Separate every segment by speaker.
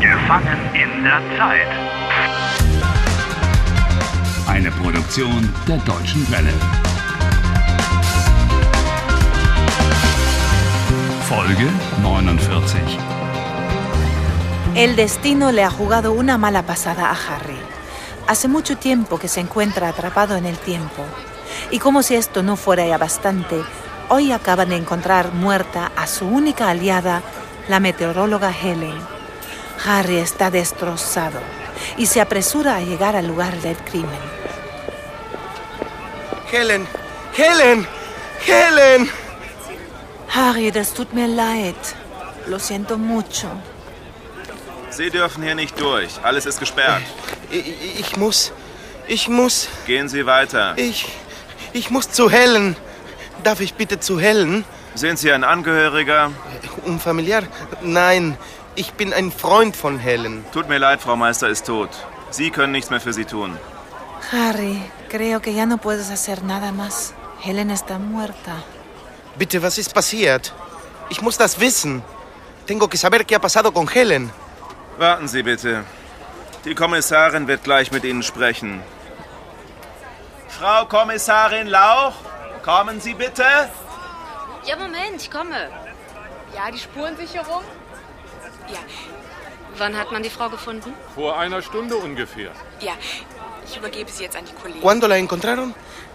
Speaker 1: Gefangen in der Zeit.
Speaker 2: Eine Produktion der Deutschen Welle. Folge 49.
Speaker 3: El destino le ha jugado una mala pasada a Harry. Hace mucho tiempo que se encuentra atrapado en el tiempo. Y como si esto no fuera ya bastante, hoy acaban de encontrar muerta a su única aliada, la meteoróloga Helen. Harry está destrozado y se apresura a llegar al lugar del crimen.
Speaker 4: Helen! Helen! Helen!
Speaker 3: Harry, das tut mir leid. Lo siento mucho.
Speaker 5: Sie dürfen hier nicht durch. Alles ist gesperrt.
Speaker 4: Ich, ich muss. Ich muss.
Speaker 5: Gehen Sie weiter.
Speaker 4: Ich. Ich muss zu Helen. Darf ich bitte zu Helen?
Speaker 5: Sind Sie ein Angehöriger?
Speaker 4: Unfamiliar? Nein, ich bin ein Freund von Helen.
Speaker 5: Tut mir leid, Frau Meister ist tot. Sie können nichts mehr für Sie tun.
Speaker 3: Harry, creo que ya no puedes hacer nada más. Helen está muerta.
Speaker 4: Bitte, was ist passiert? Ich muss das wissen. Tengo que saber qué ha pasado con Helen.
Speaker 5: Warten Sie bitte. Die Kommissarin wird gleich mit Ihnen sprechen. Frau Kommissarin Lauch, kommen Sie bitte.
Speaker 6: Ja, Moment, ich komme.
Speaker 7: Ja, die Spurensicherung.
Speaker 6: Ja. Wann hat man die Frau gefunden?
Speaker 8: Vor einer Stunde ungefähr.
Speaker 7: Ja, ich übergebe sie jetzt an die Kollegen.
Speaker 4: ¿Cuándo la encontraron?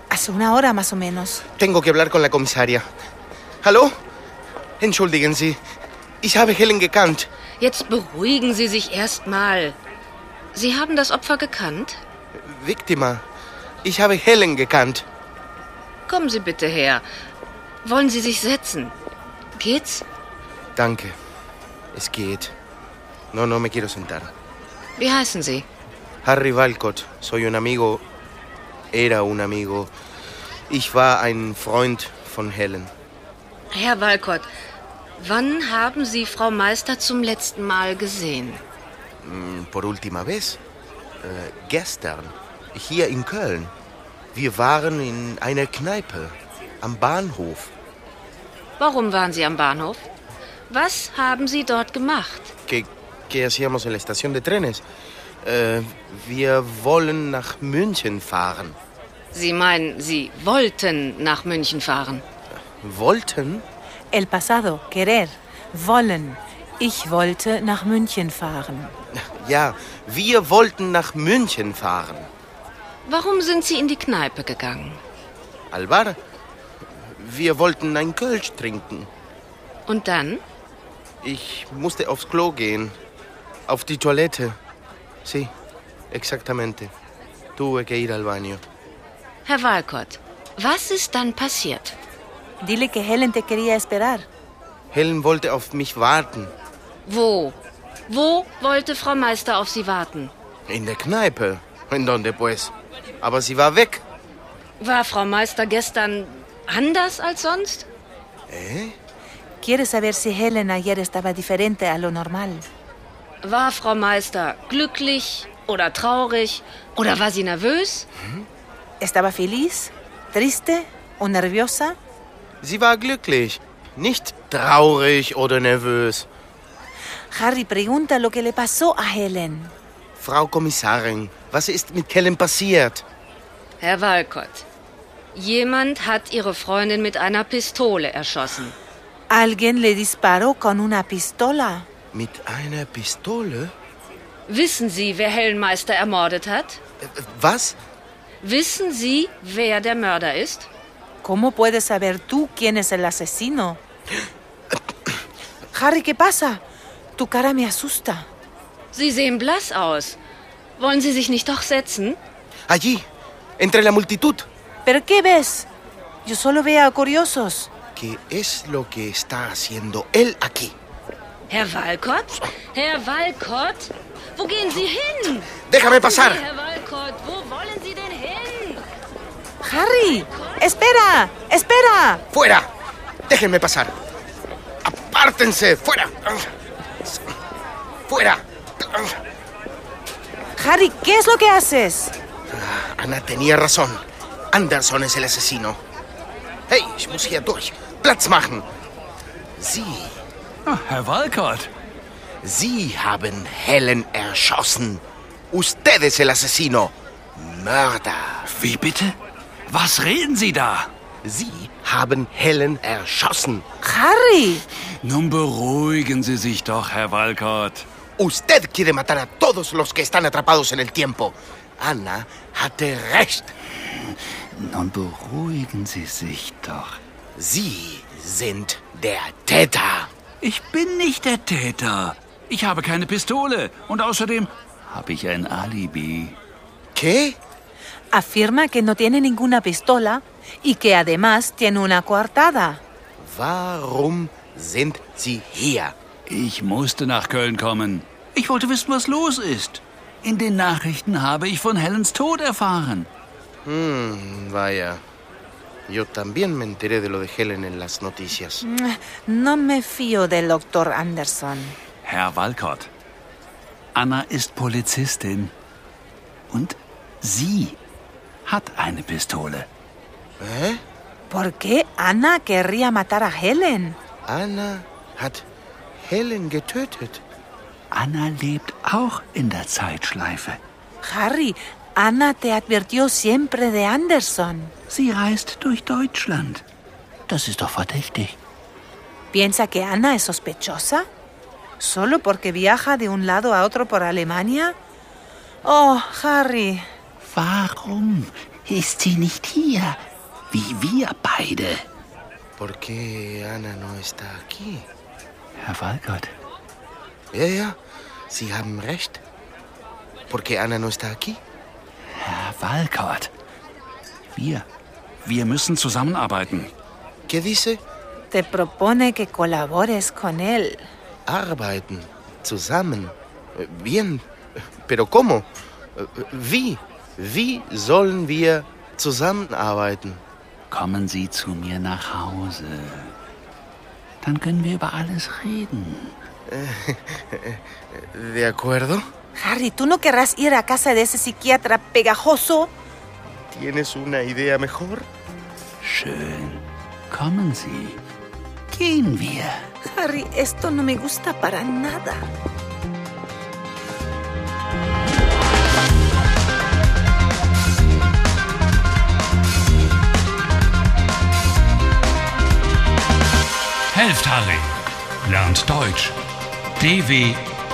Speaker 3: Hace una hora más o menos.
Speaker 4: Tengo que hablar con la comisaria. Hallo? Entschuldigen Sie. Ich habe Helen gekannt.
Speaker 6: Jetzt beruhigen Sie sich erstmal. Sie haben das Opfer gekannt?
Speaker 4: Víctima. Ich habe Helen gekannt.
Speaker 6: Kommen Sie bitte her. Wollen Sie sich setzen? Geht's?
Speaker 4: Danke. Es geht. No, no me quiero sentar.
Speaker 6: Wie heißen Sie?
Speaker 4: Harry Walcott, soy un amigo. Era un amigo. Ich war ein Freund von Helen.
Speaker 6: Herr Walcott, wann haben Sie Frau Meister zum letzten Mal gesehen?
Speaker 4: Por última vez, äh, gestern, hier in Köln. Wir waren in einer Kneipe am Bahnhof.
Speaker 6: Warum waren Sie am Bahnhof? Was haben Sie dort gemacht?
Speaker 4: ¿Qué, qué hacíamos en la estación de trenes? Äh, wir wollen nach München fahren.
Speaker 6: Sie meinen, Sie wollten nach München fahren.
Speaker 4: Wollten?
Speaker 3: El pasado, querer, wollen. Ich wollte nach München fahren.
Speaker 4: Ja, wir wollten nach München fahren.
Speaker 6: Warum sind Sie in die Kneipe gegangen?
Speaker 4: Al bar. Wir wollten ein Kölsch trinken.
Speaker 6: Und dann?
Speaker 4: Ich musste aufs Klo gehen. Auf die Toilette. Sí, exactamente. Tuve que ir al baño.
Speaker 6: Herr Walcott, was ist dann passiert?
Speaker 3: Dile que Helen te quería esperar.
Speaker 4: Helen wollte auf mich warten.
Speaker 6: Wo? Wo wollte Frau Meister auf Sie warten?
Speaker 4: In der Kneipe. En donde pues. Aber sie war weg.
Speaker 6: War Frau Meister gestern anders als sonst?
Speaker 3: Quiere saber si Helen ayer estaba diferente a lo normal.
Speaker 6: War Frau Meister glücklich oder traurig? Oder war sie nervös?
Speaker 3: ¿Estaba feliz? ¿Triste? ¿O nerviosa?
Speaker 4: Sie war glücklich. Nicht traurig oder nervös.
Speaker 3: Harry pregunta lo que le pasó a Helen.
Speaker 4: Frau Kommissarin, was ist mit Helen passiert?
Speaker 6: Herr Walcott, jemand hat Ihre Freundin mit einer Pistole erschossen.
Speaker 3: Alguien le disparó con una pistola.
Speaker 4: Mit einer Pistole?
Speaker 6: Wissen Sie, wer Helen Meister ermordet hat?
Speaker 4: Äh, Was?
Speaker 6: Wissen Sie, wer der Mörder ist?
Speaker 3: ¿Cómo puedes saber tú quién es el asesino? Harry, ¿qué pasa? Tu cara me asusta.
Speaker 6: Sie sehen blass aus. Wollen Sie sich nicht doch setzen?
Speaker 4: Allí, entre la multitud.
Speaker 3: ¿Pero qué ves? Yo solo veo a curiosos.
Speaker 4: ¿Qué es lo que está haciendo él aquí?
Speaker 6: Herr Walcott? Herr Walcott? Wo gehen Sie hin?
Speaker 4: ¡Déjame pasar!
Speaker 6: Herr Walcott, wo wollen Sie denn hin?
Speaker 3: Harry, espera, espera.
Speaker 4: ¡Fuera! ¡Déjenme pasar! ¡Apártense! ¡Fuera! ¡Fuera!
Speaker 3: Harry, ¿qué es lo que haces?
Speaker 4: Ana tenía razón. Anderson es el asesino. Hey, ich muss
Speaker 1: Ah,
Speaker 4: hier durch. Platz machen. Sie.
Speaker 9: Herr Walcott,
Speaker 4: Sie haben Helen erschossen. Usted es el asesino. Mörder.
Speaker 1: Wie bitte? Was reden Sie da?
Speaker 4: Sie haben Helen erschossen.
Speaker 3: Harry,
Speaker 1: Nun beruhigen Sie sich doch, Herr Walcott.
Speaker 4: Usted quiere matar a todos los que están atrapados en el tiempo. Anna hatte recht.
Speaker 1: Nun beruhigen Sie sich doch.
Speaker 4: Sie sind der Täter.
Speaker 1: Ich bin nicht der Täter. Ich habe keine Pistole. Und außerdem habe ich ein Alibi.
Speaker 4: ¿Qué?
Speaker 3: afirma que no tiene ninguna pistola y que además tiene una coartada.
Speaker 4: Warum sind Sie hier?
Speaker 1: Ich musste nach Köln kommen. Ich wollte wissen, was los ist. In den Nachrichten habe ich von Helens Tod erfahren.
Speaker 4: Vaya. Yo también me enteré de lo de Helen en las noticias.
Speaker 3: No me fío del doctor Anderson.
Speaker 1: Herr Walcott, Anna ist Polizistin. Und sie hat eine Pistole.
Speaker 4: ¿Eh?
Speaker 3: ¿Por qué Anna querría matar a Helen?
Speaker 4: Anna hat Helen getötet.
Speaker 1: Anna lebt auch in der Zeitschleife.
Speaker 3: Harry, Anna te advirtió siempre de Anderson.
Speaker 1: Sie reist durch Deutschland. Das ist doch verdächtig.
Speaker 3: ¿Piensa que Anna es sospechosa? ¿Solo porque viaja de un lado a otro por Alemania? Oh, Harry,
Speaker 1: Warum ist sie nicht hier? Wie wir beide.
Speaker 4: ¿Por qué Anna no está aquí?
Speaker 1: Herr Walcott,
Speaker 4: Ja, ja, Sie haben recht. ¿Por qué Anna no está aquí?
Speaker 1: Herr Ah, Walcott. Wir. Wir müssen zusammenarbeiten.
Speaker 4: ¿Qué dice?
Speaker 3: te propone que colabores con él.
Speaker 4: Arbeiten. Zusammen. Äh, Bien. Pero ¿cómo? Äh, Wie? Wie sollen wir zusammenarbeiten?
Speaker 1: Kommen Sie zu mir nach Hause. Dann können wir über alles reden.
Speaker 4: ¿De acuerdo?
Speaker 3: Harry, ¿tú no querrás ir a casa de ese psiquiatra pegajoso?
Speaker 4: ¿Tienes una idea mejor?
Speaker 1: Schön. Kommen Sie. Gehen wir.
Speaker 3: Harry, esto no me gusta para nada.
Speaker 2: Helft Harry. Lernt Deutsch. dw.com/harry.